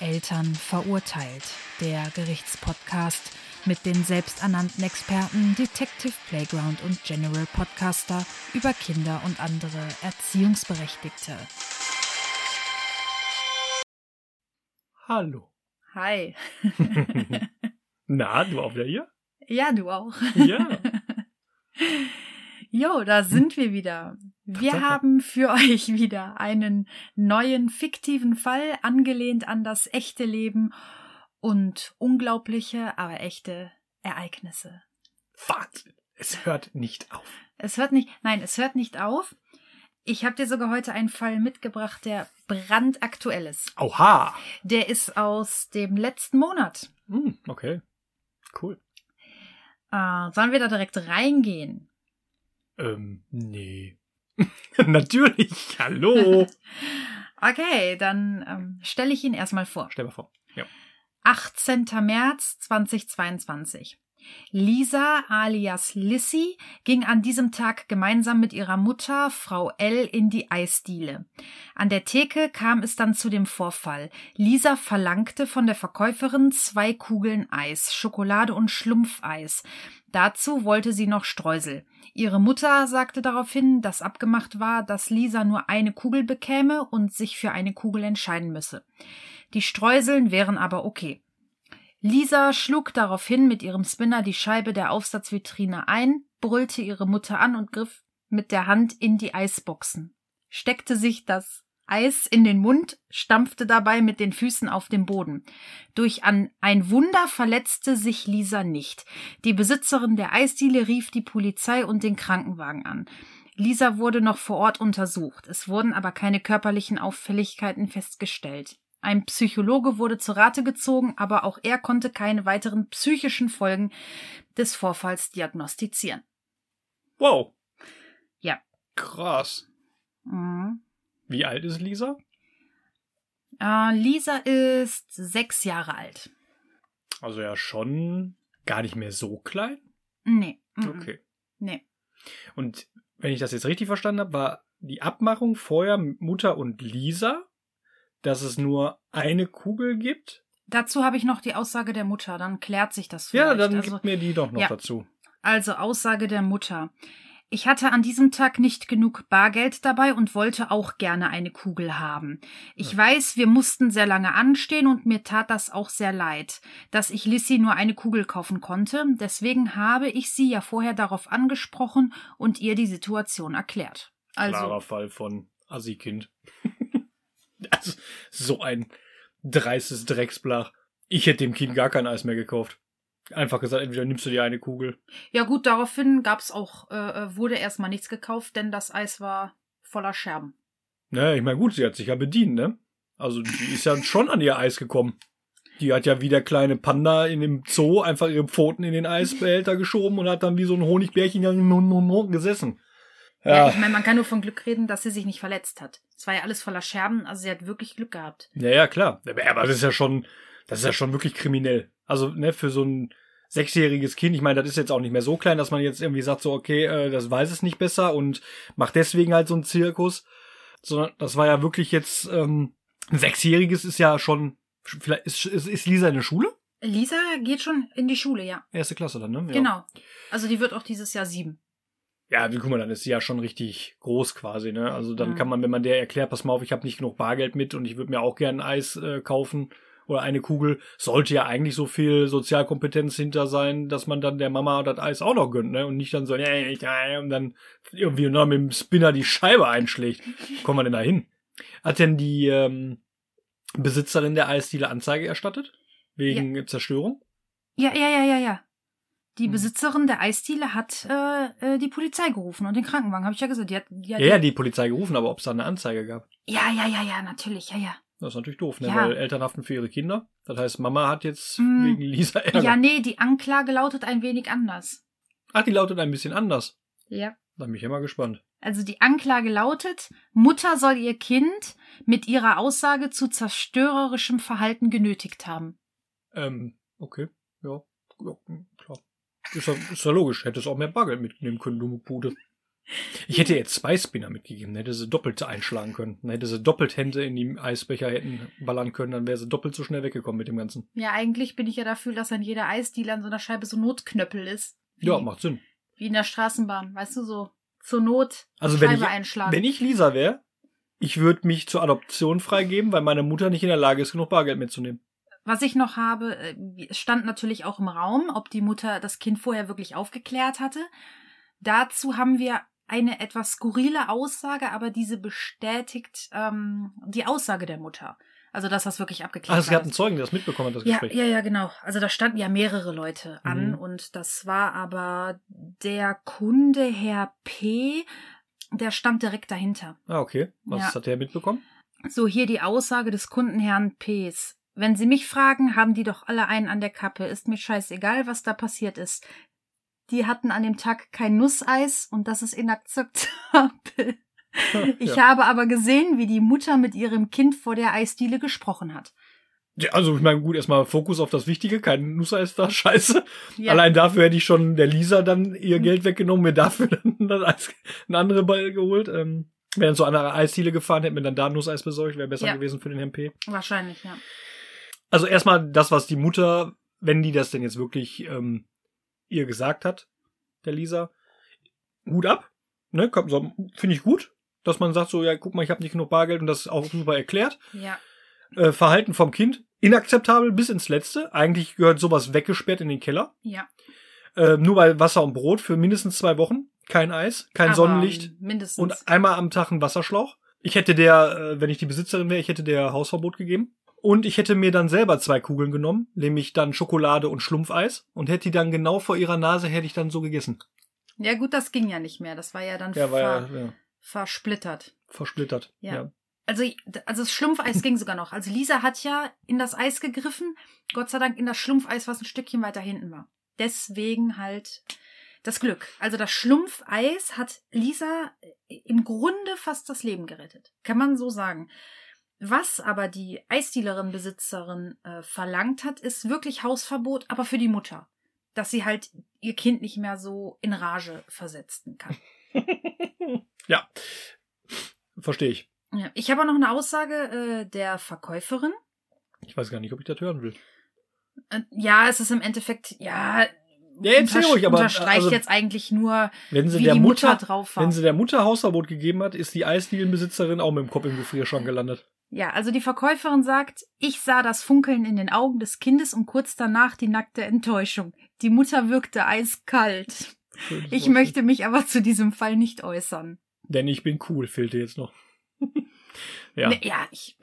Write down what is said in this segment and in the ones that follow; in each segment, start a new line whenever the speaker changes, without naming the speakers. Eltern verurteilt. Der Gerichtspodcast mit den selbsternannten Experten Detective Playground und General Podcaster über Kinder und andere Erziehungsberechtigte.
Hallo.
Hi.
Na, du auch wieder hier?
Ja, du auch.
Ja.
Jo, da sind wir wieder. Wir
Tatsache.
haben für euch wieder einen neuen fiktiven Fall, angelehnt an das echte Leben und unglaubliche, aber echte Ereignisse.
Wahnsinn. Es hört nicht auf.
Es hört nicht, nein, es hört nicht auf. Ich habe dir sogar heute einen Fall mitgebracht, der brandaktuell ist.
Oha.
Der ist aus dem letzten Monat.
Hm, okay. Cool.
Äh, sollen wir da direkt reingehen?
Ähm, nee. Natürlich. Hallo.
Okay, dann ähm, stelle ich ihn erstmal vor.
Stell mal vor.
18. März 2022. Lisa alias Lissy ging an diesem Tag gemeinsam mit ihrer Mutter, Frau L, in die Eisdiele. An der Theke kam es dann zu dem Vorfall. Lisa verlangte von der Verkäuferin zwei Kugeln Eis, Schokolade und Schlumpfeis. Dazu wollte sie noch Streusel. Ihre Mutter sagte daraufhin, dass abgemacht war, dass Lisa nur eine Kugel bekäme und sich für eine Kugel entscheiden müsse. Die Streuseln wären aber okay. Lisa schlug daraufhin mit ihrem Spinner die Scheibe der Aufsatzvitrine ein, brüllte ihre Mutter an und griff mit der Hand in die Eisboxen, steckte sich das Eis in den Mund, stampfte dabei mit den Füßen auf den Boden. Durch an ein Wunder verletzte sich Lisa nicht. Die Besitzerin der Eisdiele rief die Polizei und den Krankenwagen an. Lisa wurde noch vor Ort untersucht. Es wurden aber keine körperlichen Auffälligkeiten festgestellt. Ein Psychologe wurde zu Rate gezogen, aber auch er konnte keine weiteren psychischen Folgen des Vorfalls diagnostizieren.
Wow.
Ja.
Krass.
Mhm.
Wie alt ist Lisa?
Äh, Lisa ist sechs Jahre alt.
Also ja schon gar nicht mehr so klein.
Nee. mhm.
Okay.
Nee.
Und wenn ich das jetzt richtig verstanden habe, war die Abmachung vorher mit Mutter und Lisa, dass es nur eine Kugel gibt
Dazu habe ich noch die Aussage der Mutter, dann klärt sich das
Ja,
vielleicht.
dann
also,
gib mir die doch noch
ja.
dazu.
also Aussage der Mutter. Ich hatte an diesem Tag nicht genug Bargeld dabei und wollte auch gerne eine Kugel haben. Ich
Ja.
weiß, wir mussten sehr lange anstehen und mir tat das auch sehr leid, dass ich Lissy nur eine Kugel kaufen konnte. Deswegen habe ich sie ja vorher darauf angesprochen und ihr die Situation erklärt. Also,
Klarer Fall von Assi-Kind. also, so ein dreistes Drecksblach. Ich hätte dem Kind gar kein Eis mehr gekauft. Einfach gesagt, entweder nimmst du dir eine Kugel.
ja gut, daraufhin gab's auch, äh, wurde erstmal nichts gekauft, denn das Eis war voller Scherben.
Naja, Ne, ich meine, gut, sie hat sich ja bedient, ne? Also, die ist ja schon an ihr Eis gekommen. Die hat ja wie der kleine Panda in dem Zoo einfach ihre Pfoten in den Eisbehälter geschoben und hat dann wie so ein Honigbärchen dann nun, nun, nun gesessen.
Ja,
Ja,
ich meine, man kann nur von Glück reden, dass sie sich nicht verletzt hat. Es war ja alles voller Scherben, also sie hat wirklich Glück gehabt.
Ja, ja, klar. Aber aber das ist ja schon, das ist ja schon wirklich kriminell. Also, ne, für so ein sechsjähriges Kind, ich meine, das ist jetzt auch nicht mehr so klein, dass man jetzt irgendwie sagt, so, okay, äh, das weiß es nicht besser und macht deswegen halt so einen Zirkus. Sondern das war ja wirklich jetzt, ähm, ein sechsjähriges ist ja schon, vielleicht, ist, ist, ist Lisa in der Schule?
Lisa geht schon in die Schule, ja.
Erste Klasse dann, ne? Ja.
Genau. Also die wird auch dieses Jahr sieben.
Ja, guck mal, dann ist sie ja schon richtig groß quasi, ne? Also dann
Mhm.
kann man, wenn man der erklärt, pass mal auf, ich habe nicht genug Bargeld mit und ich würde mir auch gerne ein Eis äh, kaufen oder eine Kugel, sollte ja eigentlich so viel Sozialkompetenz hinter sein, dass man dann der Mama das Eis auch noch gönnt, ne? Und nicht dann so, nee, ich, äh, und dann irgendwie noch mit dem Spinner die Scheibe einschlägt. Wo Kommen wir denn da hin? Hat denn die ähm, Besitzerin der Eisdiele Anzeige erstattet? Wegen Zerstörung?
Ja, ja, ja, ja, ja. Die
Mhm.
Besitzerin der Eisdiele hat äh, äh, die Polizei gerufen und den Krankenwagen, habe ich ja gesagt. Die hat, die hat,
Ja, ja, die Polizei gerufen, aber ob es da eine Anzeige gab?
ja, ja, ja, ja, natürlich, ja, ja.
Das ist natürlich doof, ne?
Ja.
weil Eltern haften für ihre Kinder. Das heißt, Mama hat jetzt
Mm.
wegen Lisa Ärger.
Ja, nee, die Anklage lautet ein wenig anders.
Ach, die lautet ein bisschen anders.
Ja.
Da bin ich immer gespannt.
Also die Anklage lautet, Mutter soll ihr Kind mit ihrer Aussage zu zerstörerischem Verhalten genötigt haben.
Ähm, okay, hm, ja, ja mm, klar. Ist ja, ist ja logisch, hättest auch mehr Bargeld mitnehmen können, du Bude. Ich hätte jetzt zwei Spinner mitgegeben, dann hätte sie doppelt einschlagen können. Dann hätte sie doppelt Hände in die Eisbecher hätten ballern können, dann wäre sie doppelt so schnell weggekommen mit dem Ganzen.
Ja, eigentlich bin ich ja dafür, dass an jeder Eisdiele an so einer Scheibe so Notknöppel ist. Wie,
Ja, macht Sinn.
Wie in der Straßenbahn, weißt du, so zur Not
Also wenn
Scheibe
ich,
einschlagen.
wenn ich Lisa wäre, ich würde mich zur Adoption freigeben, weil meine Mutter nicht in der Lage ist, genug Bargeld mitzunehmen.
Was ich noch habe, äh, es stand natürlich auch im Raum, ob die Mutter das Kind vorher wirklich aufgeklärt hatte. Dazu haben wir eine etwas skurrile Aussage, aber diese bestätigt ähm, die Aussage der Mutter. Also, dass das wirklich abgeklärt
Ach, es gab
war.
einen Zeugen, der das mitbekommen hat, das
ja,
Gespräch.
ja, ja, genau. Also da standen ja mehrere Leute an
Mhm.
und das war aber der Kunde, Herr P., der stand direkt dahinter.
Ah, okay. Was
Ja.
hat der mitbekommen?
So, hier die Aussage des Kundenherrn Ps. Wenn Sie mich fragen, haben die doch alle einen an der Kappe. Ist mir scheißegal, was da passiert ist. Die hatten an dem Tag kein Nusseis und das ist inakzeptabel. Ich
ja.
habe aber gesehen, wie die Mutter mit ihrem Kind vor der Eisdiele gesprochen hat.
ja, also ich meine, gut, erstmal Fokus auf das Wichtige, kein Nusser ist da, scheiße.
Ja,
Allein dafür hätte ich schon der Lisa dann ihr
Mhm.
Geld weggenommen, mir dafür dann das Eis, eine andere Ball geholt. Ähm, wäre dann zu einer Eisdiele gefahren, hätte mir dann da ein Nusseis besorgt, wäre besser
Ja.
gewesen für den MP.
wahrscheinlich, ja.
Also erstmal das, was die Mutter, wenn die das denn jetzt wirklich ähm, ihr gesagt hat, der Lisa, Hut ab. Ne, kann- so, finde ich gut, dass man sagt so, ja, guck mal, ich habe nicht genug Bargeld und das ist auch super erklärt.
Ja,
Äh, Verhalten vom Kind inakzeptabel bis ins Letzte. Eigentlich gehört sowas weggesperrt in den Keller.
ja.
Äh, nur bei Wasser und Brot für mindestens zwei Wochen. Kein Eis, kein
Aber
Sonnenlicht
Mindestens.
und einmal am Tag ein Wasserschlauch. Ich hätte der, äh, wenn ich die Besitzerin wäre, ich hätte der Hausverbot gegeben. Und ich hätte mir dann selber zwei Kugeln genommen, nämlich dann Schokolade und Schlumpfeis und hätte die dann genau vor ihrer Nase, hätte ich dann so gegessen.
ja, gut, das ging ja nicht mehr. Das war ja dann
Ja, war
ver
ja, ja
versplittert.
versplittert.
Ja. Also, also das Schlumpfeis ging sogar noch. Also Lisa hat ja in das Eis gegriffen, Gott sei Dank in das Schlumpfeis, was ein Stückchen weiter hinten war. Deswegen halt das Glück. Also das Schlumpfeis hat Lisa äh, im Grunde fast das Leben gerettet. Kann man so sagen. Was aber die Eisdealerin, Besitzerin äh, verlangt hat, ist wirklich Hausverbot, aber für die Mutter. Dass sie halt ihr Kind nicht mehr so in Rage versetzen kann.
Ja. Verstehe ich.
Ja, ich habe auch noch eine Aussage äh, der Verkäuferin.
Ich weiß gar nicht, ob ich das hören will.
Äh, Ja, es ist im Endeffekt, ja,
Ja, erzähl
untersch-
ruhig, aber,
unterstreicht
also-
jetzt eigentlich nur,
Wenn sie
wie
der
die Mutter,
Mutter,
drauf war.
wenn sie der Mutter Hausverbot gegeben hat, ist die Eisdielenbesitzerin auch mit dem Kopf im Gefrierschrank gelandet.
ja, also die Verkäuferin sagt, ich sah das Funkeln in den Augen des Kindes und kurz danach die nackte Enttäuschung. Die Mutter wirkte eiskalt.
Schönes
Ich
Wort.
möchte mich aber zu diesem Fall nicht äußern.
Denn ich bin cool, fehlte jetzt noch. ja.
Ne, ja ich,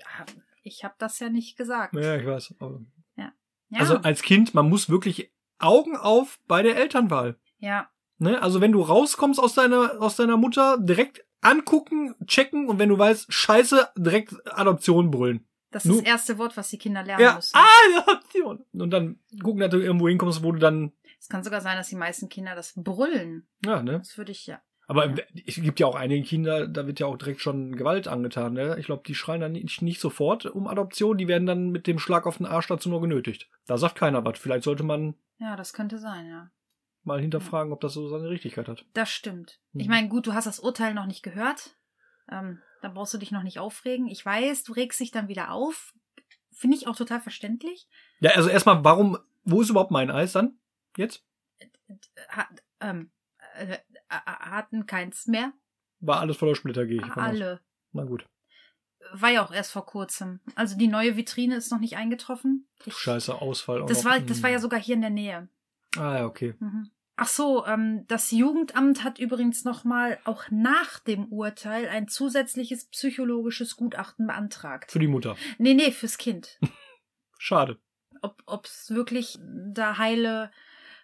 ich habe das ja nicht gesagt.
Ja, ich weiß. Aber
Ja,
Also als Kind, man muss wirklich Augen auf bei der Elternwahl.
ja,
Ne? Also wenn du rauskommst aus deiner, aus deiner Mutter, direkt angucken, checken und wenn du weißt, scheiße, direkt Adoption brüllen.
das ist das
Nu-
erste Wort, was die Kinder lernen
Ja,
müssen.
ah, Adoption. Und dann gucken, dass du irgendwo hinkommst, wo du dann,
Es kann sogar sein, dass die meisten Kinder das brüllen.
ja, ne?
Das würde ich ja.
Aber es gibt ja auch einige Kinder, da wird ja auch direkt schon Gewalt angetan, ne? Ich glaube, die schreien dann nicht, nicht sofort um Adoption, die werden dann mit dem Schlag auf den Arsch dazu nur genötigt. Da sagt keiner was. Vielleicht sollte man
Ja, das könnte sein, ja.
mal hinterfragen, ob das so seine Richtigkeit hat.
Das stimmt. Ich
Mhm.
meine, gut, du hast das Urteil noch nicht gehört. Ähm, dann brauchst du dich noch nicht aufregen. Ich weiß, du regst dich dann wieder auf. Finde ich auch total verständlich.
Ja, also erstmal, warum, wo ist überhaupt mein Eis dann? Jetzt?
Ha, ähm, äh, a- hatten keins mehr.
War alles voller Splitter, gehe ich. von aus.
Alle.
Na gut.
War ja auch erst vor kurzem. Also die neue Vitrine ist noch nicht eingetroffen. Ich,
Scheiße, Ausfall. auch
Das
noch.
war, das war ja
Hm.
sogar hier in der Nähe.
Ah, ja, okay.
Mhm. Ach so, ähm, das Jugendamt hat übrigens nochmal auch nach dem Urteil ein zusätzliches psychologisches Gutachten beantragt.
Für die Mutter.
Nee, nee, fürs Kind.
Schade.
ob ob's wirklich da heile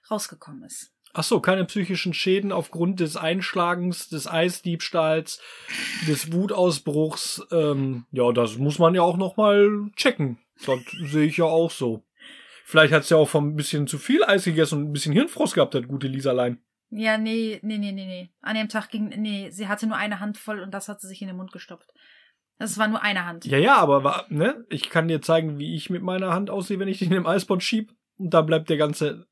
rausgekommen ist.
Ach so, keine psychischen Schäden aufgrund des Einschlagens, des Eisdiebstahls, des Wutausbruchs. Ähm, ja, das muss man ja auch nochmal checken. Das sehe ich ja auch so. Vielleicht hat's ja auch von ein bisschen zu viel Eis gegessen und ein bisschen Hirnfrost gehabt, das gute Lisalein.
Ja, nee, nee, nee, nee, nee. An dem Tag ging, nee, sie hatte nur eine Hand voll und das hat sie sich in den Mund gestopft. Das war nur eine Hand.
Ja, ja, aber wa- ne? ich kann dir zeigen, wie ich mit meiner Hand aussehe, wenn ich dich in dem Eisbot schieb. Und da bleibt der ganze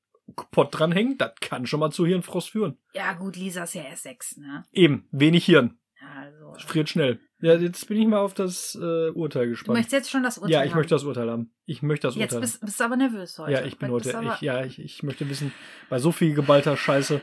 Pott dranhängen, das kann schon mal zu Hirnfrost führen.
Ja, gut, Lisa ist ja erst sechs, ne?
Eben, wenig Hirn.
Also.
Es friert schnell. Ja, jetzt bin ich mal auf das äh, Urteil
Du
gespannt.
möchtest jetzt schon das Urteil.
ja, ich
haben.
möchte das Urteil haben. Ich möchte das
Jetzt
Urteil.
bist, bist du aber nervös heute.
ja, ich bin
Bist
heute.
aber-
Ich, ja, ich, ich möchte wissen, bei so viel geballter Scheiße.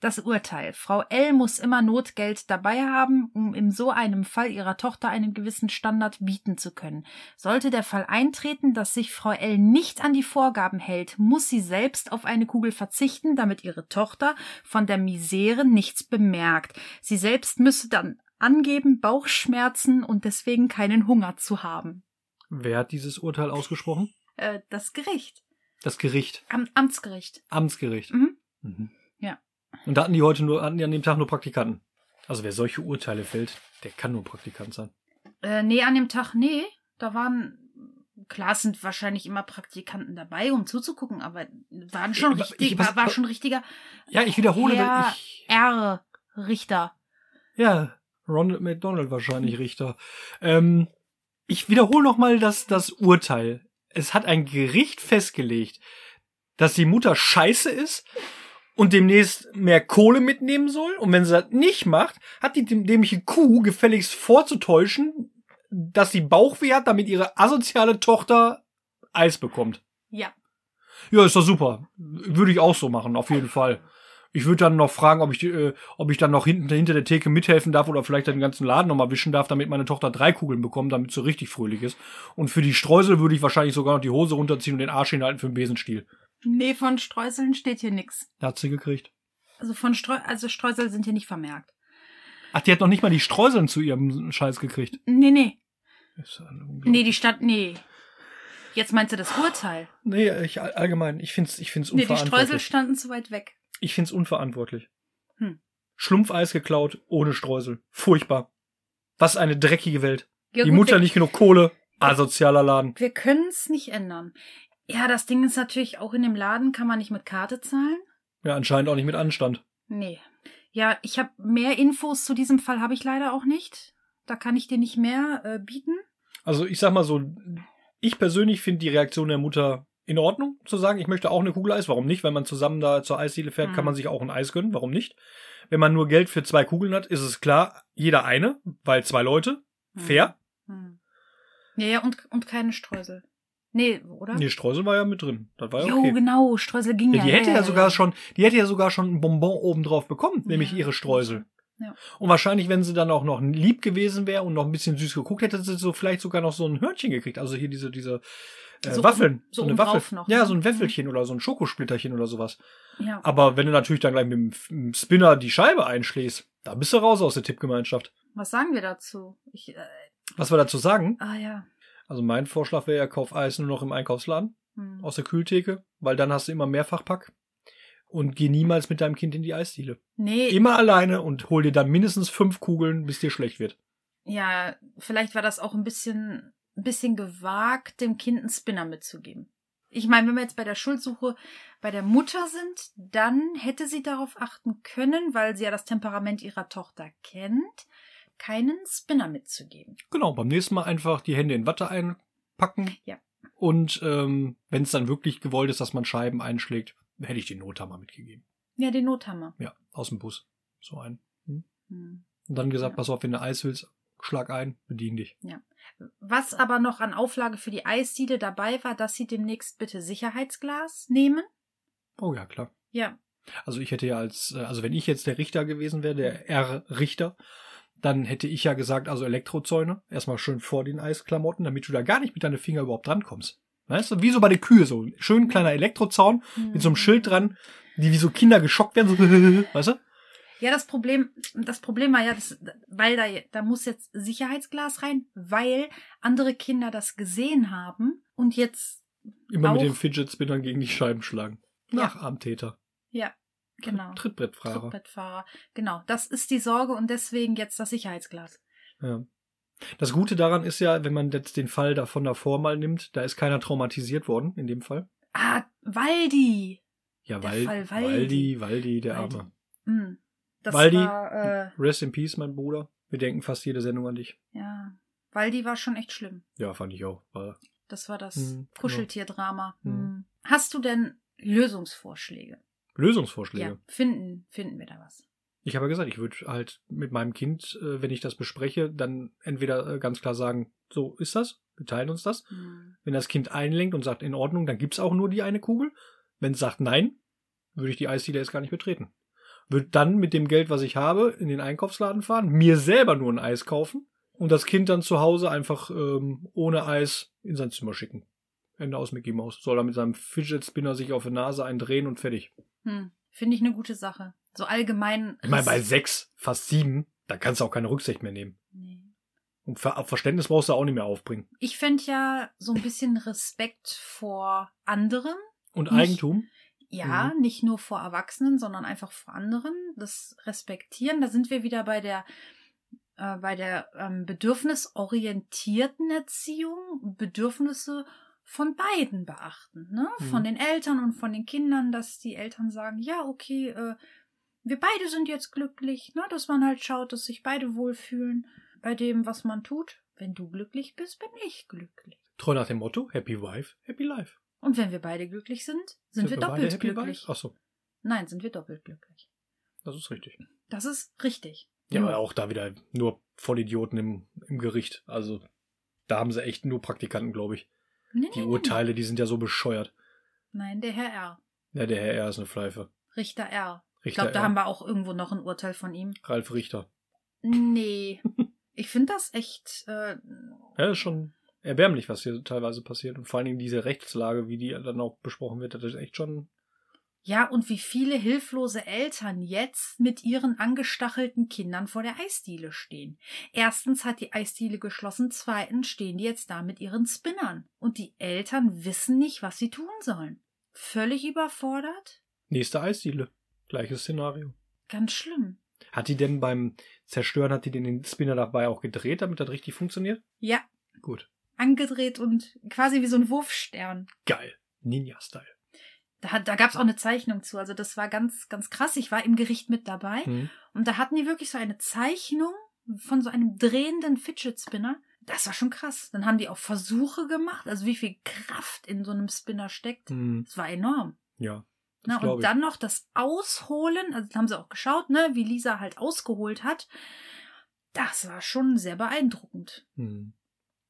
Das Urteil. Frau L. muss immer Notgeld dabei haben, um in so einem Fall ihrer Tochter einen gewissen Standard bieten zu können. Sollte der Fall eintreten, dass sich Frau L. nicht an die Vorgaben hält, muss sie selbst auf eine Kugel verzichten, damit ihre Tochter von der Misere nichts bemerkt. Sie selbst müsse dann angeben, Bauchschmerzen und deswegen keinen Hunger zu haben.
Wer hat dieses Urteil ausgesprochen?
Äh, das Gericht.
Das Gericht.
Am Amtsgericht.
Amtsgericht.
Mhm.
Mhm.
Ja.
Und da hatten die heute nur, hatten die an dem Tag nur Praktikanten. Also wer solche Urteile fällt, der kann nur Praktikant sein.
Äh, nee, an dem Tag, nee. Da waren, klar es sind wahrscheinlich immer Praktikanten dabei, um zuzugucken, aber waren schon
Ich-
richtig,
ich- was-
war, war schon richtiger
Ja, ich wiederhole,
Ja.
wenn ich.
R-Richter.
Ja, Ronald McDonald wahrscheinlich Richter. Ähm, ich wiederhole nochmal das, das Urteil. Es hat ein Gericht festgelegt, dass die Mutter scheiße ist und demnächst mehr Kohle mitnehmen soll. Und wenn sie das nicht macht, hat die däm- dämliche Kuh gefälligst vorzutäuschen, dass sie Bauchweh hat, damit ihre asoziale Tochter Eis bekommt.
Ja.
Ja, ist doch super. Würde ich auch so machen, auf jeden Fall. Ich würde dann noch fragen, ob ich, die, äh, ob ich dann noch hinten hinter der Theke mithelfen darf oder vielleicht den ganzen Laden nochmal wischen darf, damit meine Tochter drei Kugeln bekommt, damit sie richtig fröhlich ist. Und für die Streusel würde ich wahrscheinlich sogar noch die Hose runterziehen und den Arsch hinhalten für den Besenstiel.
Nee, von Streuseln steht hier nix.
Da hat sie gekriegt.
Also von Streu also Streusel sind hier nicht vermerkt.
Ach, die hat noch nicht mal die Streuseln zu ihrem Scheiß gekriegt.
Nee, nee.
Ist ja unglaublich.
Nee, die Stadt, nee. Jetzt meinst du das Urteil?
Nee, ich all- allgemein, ich find's, ich find's
Nee, die
unverantwortlich.
Streusel standen zu weit weg.
ich find's unverantwortlich.
Hm.
Schlumpfeis geklaut, ohne Streusel. Furchtbar. Was eine dreckige Welt.
Ja,
die
gut,
Mutter
wir-
nicht genug Kohle, asozialer Laden.
Wir können es nicht ändern. Ja, das Ding ist natürlich, auch in dem Laden kann man nicht mit Karte zahlen.
Ja, anscheinend auch nicht mit Anstand.
Nee. Ja, ich habe mehr Infos zu diesem Fall habe ich leider auch nicht. Da kann ich dir nicht mehr äh, bieten.
Also ich sag mal so, ich persönlich finde die Reaktion der Mutter in Ordnung, zu sagen, ich möchte auch eine Kugel Eis. Warum nicht? Wenn man zusammen da zur Eisdiele fährt,
Mhm.
kann man sich auch ein Eis gönnen. Warum nicht? Wenn man nur Geld für zwei Kugeln hat, ist es klar, jeder eine, weil zwei Leute. Fair?
Hm. Ja, ja, und, und keine Streusel. Nee, oder?
Nee, Streusel war ja mit drin. Das war ja
Jo,
okay.
genau, Streusel ging ja.
Ja, die hätte ja sogar
ja.
schon, die hätte ja sogar schon ein Bonbon obendrauf bekommen, nämlich
Ja.
ihre Streusel.
Ja.
Und wahrscheinlich, wenn sie dann auch noch lieb gewesen wäre und noch ein bisschen süß geguckt hätte, hätte sie so vielleicht sogar noch so ein Hörnchen gekriegt. Also hier diese, diese äh,
So
Waffeln.
so
eine
obendrauf
Waffel.
noch,
ja,
ne?
so ein Wäffelchen oder so ein Schokosplitterchen oder sowas.
Ja.
Aber wenn du natürlich dann gleich mit dem F- dem Spinner die Scheibe einschlägst, da bist du raus aus der Tippgemeinschaft.
Was sagen wir dazu? Ich, äh,
Was wir dazu sagen,
ah ja.
also mein Vorschlag wäre ja, kauf Eis nur noch im Einkaufsladen.
Hm.
aus der Kühltheke, weil dann hast du immer Mehrfachpack und geh niemals mit deinem Kind in die Eisdiele.
Nee,
Immer alleine und hol dir dann mindestens fünf Kugeln, bis dir schlecht wird.
ja, vielleicht war das auch ein bisschen, ein bisschen gewagt, dem Kind einen Spinner mitzugeben. Ich meine, wenn wir jetzt bei der Schuldsuche bei der Mutter sind, dann hätte sie darauf achten können, weil sie ja das Temperament ihrer Tochter kennt, keinen Spinner mitzugeben.
Genau, beim nächsten Mal einfach die Hände in Watte einpacken.
Ja.
Und ähm, wenn es dann wirklich gewollt ist, dass man Scheiben einschlägt, hätte ich den Nothammer mitgegeben.
Ja, den Nothammer.
Ja, aus dem Bus. So ein.
Hm.
Und dann gesagt,
Ja.
pass auf, wenn du Eis willst, schlag ein, bedien dich.
Was aber noch an Auflage für die Eisdiele dabei war, dass sie demnächst bitte Sicherheitsglas nehmen.
Oh ja, klar.
Ja,
Also ich hätte ja als, äh, also wenn ich jetzt der Richter gewesen wäre, der R-Richter, dann hätte ich ja gesagt, also Elektrozäune, erstmal schön vor den Eisklamotten, damit du da gar nicht mit deinen Finger überhaupt drankommst. Weißt du, wie so bei den Kühe, so ein schön kleiner Elektrozaun mit
Hm.
so einem Schild dran, die wie so Kinder geschockt werden, so, weißt du?
Ja, das Problem, das Problem war ja, das, weil da, da muss jetzt Sicherheitsglas rein, weil andere Kinder das gesehen haben und jetzt,
Immer mit
Auch-
den Fidget Spinnern gegen die Scheiben schlagen.
Ja.
Nachahmtäter.
genau,
Trittbrettfahrer.
Trittbrettfahrer, genau, das ist die Sorge und deswegen jetzt das Sicherheitsglas.
Ja. Das Gute daran ist ja, wenn man jetzt den Fall davon davor mal nimmt, da ist keiner traumatisiert worden, in dem Fall.
Ah, Waldi!
Ja,
Der
Wal-
Fall
Waldi,
Waldi.
Waldi, der
Waldi.
Arme.
Hm, das
Waldi-
war, äh,
Rest in Peace, mein Bruder. Wir denken fast jede Sendung an dich.
ja, Waldi war schon echt schlimm.
Ja, fand ich auch. War
Das war das
Mhm, genau.
Kuscheltierdrama. Hm.
Mhm.
Hast du denn Lösungsvorschläge.
Lösungsvorschläge.
Ja, finden, finden wir da was.
Ich habe ja gesagt, ich würde halt mit meinem Kind, äh, wenn ich das bespreche, dann entweder äh, ganz klar sagen, so ist das, wir teilen uns das.
Mhm.
Wenn das Kind einlenkt und sagt, in Ordnung, dann gibt's auch nur die eine Kugel. Wenn es sagt nein, würde ich die Eisdiele jetzt gar nicht betreten. Würde dann mit dem Geld, was ich habe, in den Einkaufsladen fahren, mir selber nur ein Eis kaufen und das Kind dann zu Hause einfach ähm, ohne Eis in sein Zimmer schicken. Ende aus Mickey Mouse. Soll er mit seinem Fidget Spinner sich auf die Nase eindrehen und fertig.
Hm. Finde ich eine gute Sache. So allgemein.
Ich meine, bei sechs, fast sieben, da kannst du auch keine Rücksicht mehr nehmen.
Nee.
Und Ver Verständnis brauchst du auch nicht mehr aufbringen.
Ich fände ja so ein bisschen Respekt vor anderen.
Und
Nicht-
Eigentum?
Ja,
Mhm.
nicht nur vor Erwachsenen, sondern einfach vor anderen. Das Respektieren. Da sind wir wieder bei der, äh, bei der ähm, bedürfnisorientierten Erziehung. Bedürfnisse von beiden beachten. Ne?
Mhm.
Von den Eltern und von den Kindern, dass die Eltern sagen, ja, okay, äh, wir beide sind jetzt glücklich. Ne? Dass man halt schaut, dass sich beide wohlfühlen bei dem, was man tut. Wenn du glücklich bist, bin ich glücklich.
Treu nach dem Motto, Happy Wife, Happy Life.
Und wenn wir beide glücklich sind, sind, wir
beide
doppelt
Happy
glücklich.
Wife? Ach so,
Nein, sind wir doppelt glücklich.
das ist richtig.
Das ist richtig.
Ja,
Mhm.
aber auch da wieder nur Vollidioten im, im Gericht. Also da haben sie echt nur Praktikanten, glaube ich.
Nee,
Die
nee,
Urteile, die sind ja so bescheuert.
Nein, der Herr R.
Ja, der Herr R. ist eine Pfeife.
Richter R. Ich
Richter
glaube, da
R.
haben wir auch irgendwo noch ein Urteil von ihm.
Ralf Richter.
Nee. ich finde das echt. Äh,
Ja, ist schon erbärmlich, was hier teilweise passiert. Und vor allen Dingen diese Rechtslage, wie die dann auch besprochen wird, das ist echt schon...
ja, und wie viele hilflose Eltern jetzt mit ihren angestachelten Kindern vor der Eisdiele stehen. Erstens hat die Eisdiele geschlossen, zweitens stehen die jetzt da mit ihren Spinnern. Und die Eltern wissen nicht, was sie tun sollen. Völlig überfordert?
Nächste Eisdiele. Gleiches Szenario.
Ganz schlimm.
Hat die denn beim Zerstören, hat die denn den Spinner dabei auch gedreht, damit das richtig funktioniert?
Ja,
Gut.
angedreht und quasi wie so ein Wurfstern.
Geil. Ninja-Style.
Da, hat- da gab es auch eine Zeichnung zu. Also das war ganz, ganz krass. Ich war im Gericht mit dabei
Hm.
und da hatten die wirklich so eine Zeichnung von so einem drehenden Fidget Spinner. Das war schon krass. Dann haben die auch Versuche gemacht, also wie viel Kraft in so einem Spinner steckt.
Hm.
Das war enorm.
Ja.
Ne?
Das
Und
glaube ich.
dann noch das Ausholen, also da haben sie auch geschaut, ne, wie Lisa halt ausgeholt hat. Das war schon sehr beeindruckend.
Hm.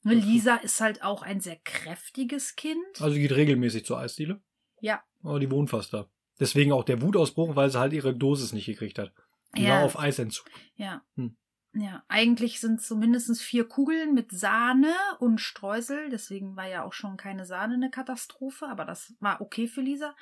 Ne,
Das-
Lisa ist halt auch ein sehr kräftiges Kind.
Also geht regelmäßig zur Eisdiele?
Ja.
Aber die wohnt fast da. Deswegen auch der Wutausbruch, weil sie halt ihre Dosis nicht gekriegt hat. Die
Ja.
war auf Eisentzug.
Ja.
Hm.
Ja, eigentlich sind es so mindestens vier Kugeln mit Sahne und Streusel. Deswegen war ja auch schon keine Sahne eine Katastrophe, aber das war okay für Lisa.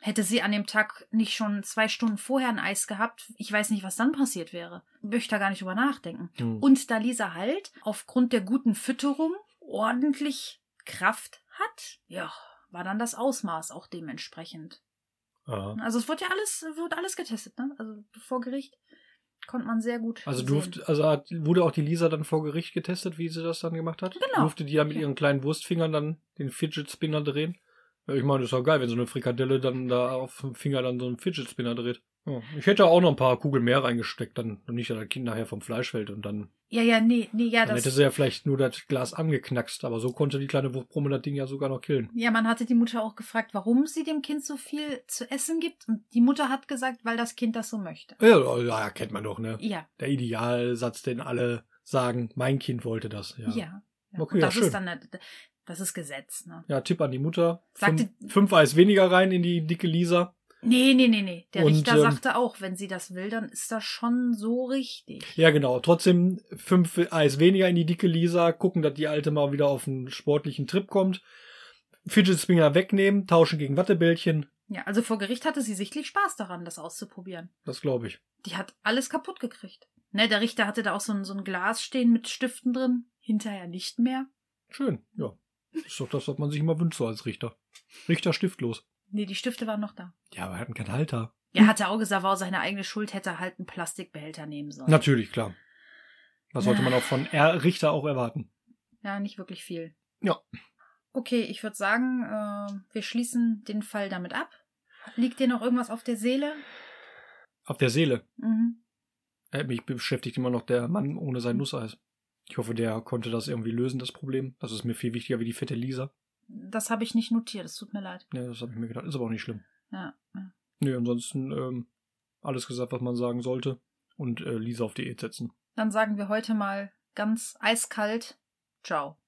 Hätte sie an dem Tag nicht schon zwei Stunden vorher ein Eis gehabt, ich weiß nicht, was dann passiert wäre. Möchte da gar nicht drüber nachdenken.
Hm.
Und da Lisa halt aufgrund der guten Fütterung ordentlich Kraft hat, ja, war dann das Ausmaß auch dementsprechend.
Aha.
Also es wurde ja alles, wurde alles getestet, ne? Also vor Gericht konnte man sehr gut.
Also
sehen.
durfte, also hat, wurde auch die Lisa dann vor Gericht getestet, wie sie das dann gemacht hat?
Genau.
Durfte die ja mit ihren kleinen Wurstfingern dann den Fidget Spinner drehen? Ja, Ich meine, das ist ja geil, wenn so eine Frikadelle dann da auf dem Finger dann so einen Fidget Spinner dreht. Ja. Ich hätte auch noch ein paar Kugeln mehr reingesteckt, dann und nicht, dass das Kind nachher vom Fleisch fällt und dann,
Ja, ja, nee, nee, ja,
dann hätte
das.
sie ja vielleicht nur das Glas angeknackst, aber so konnte die kleine Wuchtbrumme das Ding ja sogar noch killen.
Ja, man hatte die Mutter auch gefragt, warum sie dem Kind so viel zu essen gibt. Und die Mutter hat gesagt, weil das Kind das so möchte.
Ja, oh, ja, kennt man doch, ne?
Ja,
Der Idealsatz, den alle sagen, mein Kind wollte das, ja.
ja. ja.
Okay,
Und
ja,
das
schön.
ist dann, eine- das ist Gesetz, ne?
Ja, Tipp an die Mutter.
Sagte-
fünf, fünf Eis weniger rein in die dicke Lisa.
Nee, nee, nee, nee. Der
Und,
Richter
ähm,
sagte auch, wenn sie das will, dann ist das schon so richtig.
Ja, genau. Trotzdem fünf Eis weniger in die dicke Lisa. Gucken, dass die Alte mal wieder auf einen sportlichen Trip kommt. Fidget Spinner wegnehmen, tauschen gegen Wattebällchen.
Ja, also vor Gericht hatte sie sichtlich Spaß daran, das auszuprobieren.
Das glaube ich.
Die hat alles kaputt gekriegt. Ne, der Richter hatte da auch so ein, so ein Glas stehen mit Stiften drin. Hinterher nicht mehr.
Schön, ja. Ist doch das, was man sich immer wünscht so als Richter. Richter stiftlos.
Nee, die Stifte waren noch da.
Ja, aber er hat keinen Halter.
Ja, hat er auch gesagt, war seine eigene Schuld, hätte er halt einen Plastikbehälter nehmen sollen.
Natürlich, klar. Was sollte man auch von R Richter auch erwarten?
Ja, nicht wirklich viel.
Ja.
Okay, ich würde sagen, äh, wir schließen den Fall damit ab. Liegt dir noch irgendwas auf der Seele?
Auf der Seele.
Mhm.
Äh, Mich beschäftigt immer noch der Mann ohne sein Nusseis. Ich hoffe, der konnte das irgendwie lösen, das Problem. Das ist mir viel wichtiger wie die fette Lisa.
Das habe ich nicht notiert, es tut mir leid.
Ja, das habe ich mir gedacht. Ist aber auch nicht schlimm.
Ja.
Nee, ansonsten ähm, alles gesagt, was man sagen sollte. Und äh, Lisa auf Diät setzen.
Dann sagen wir heute mal ganz eiskalt Ciao.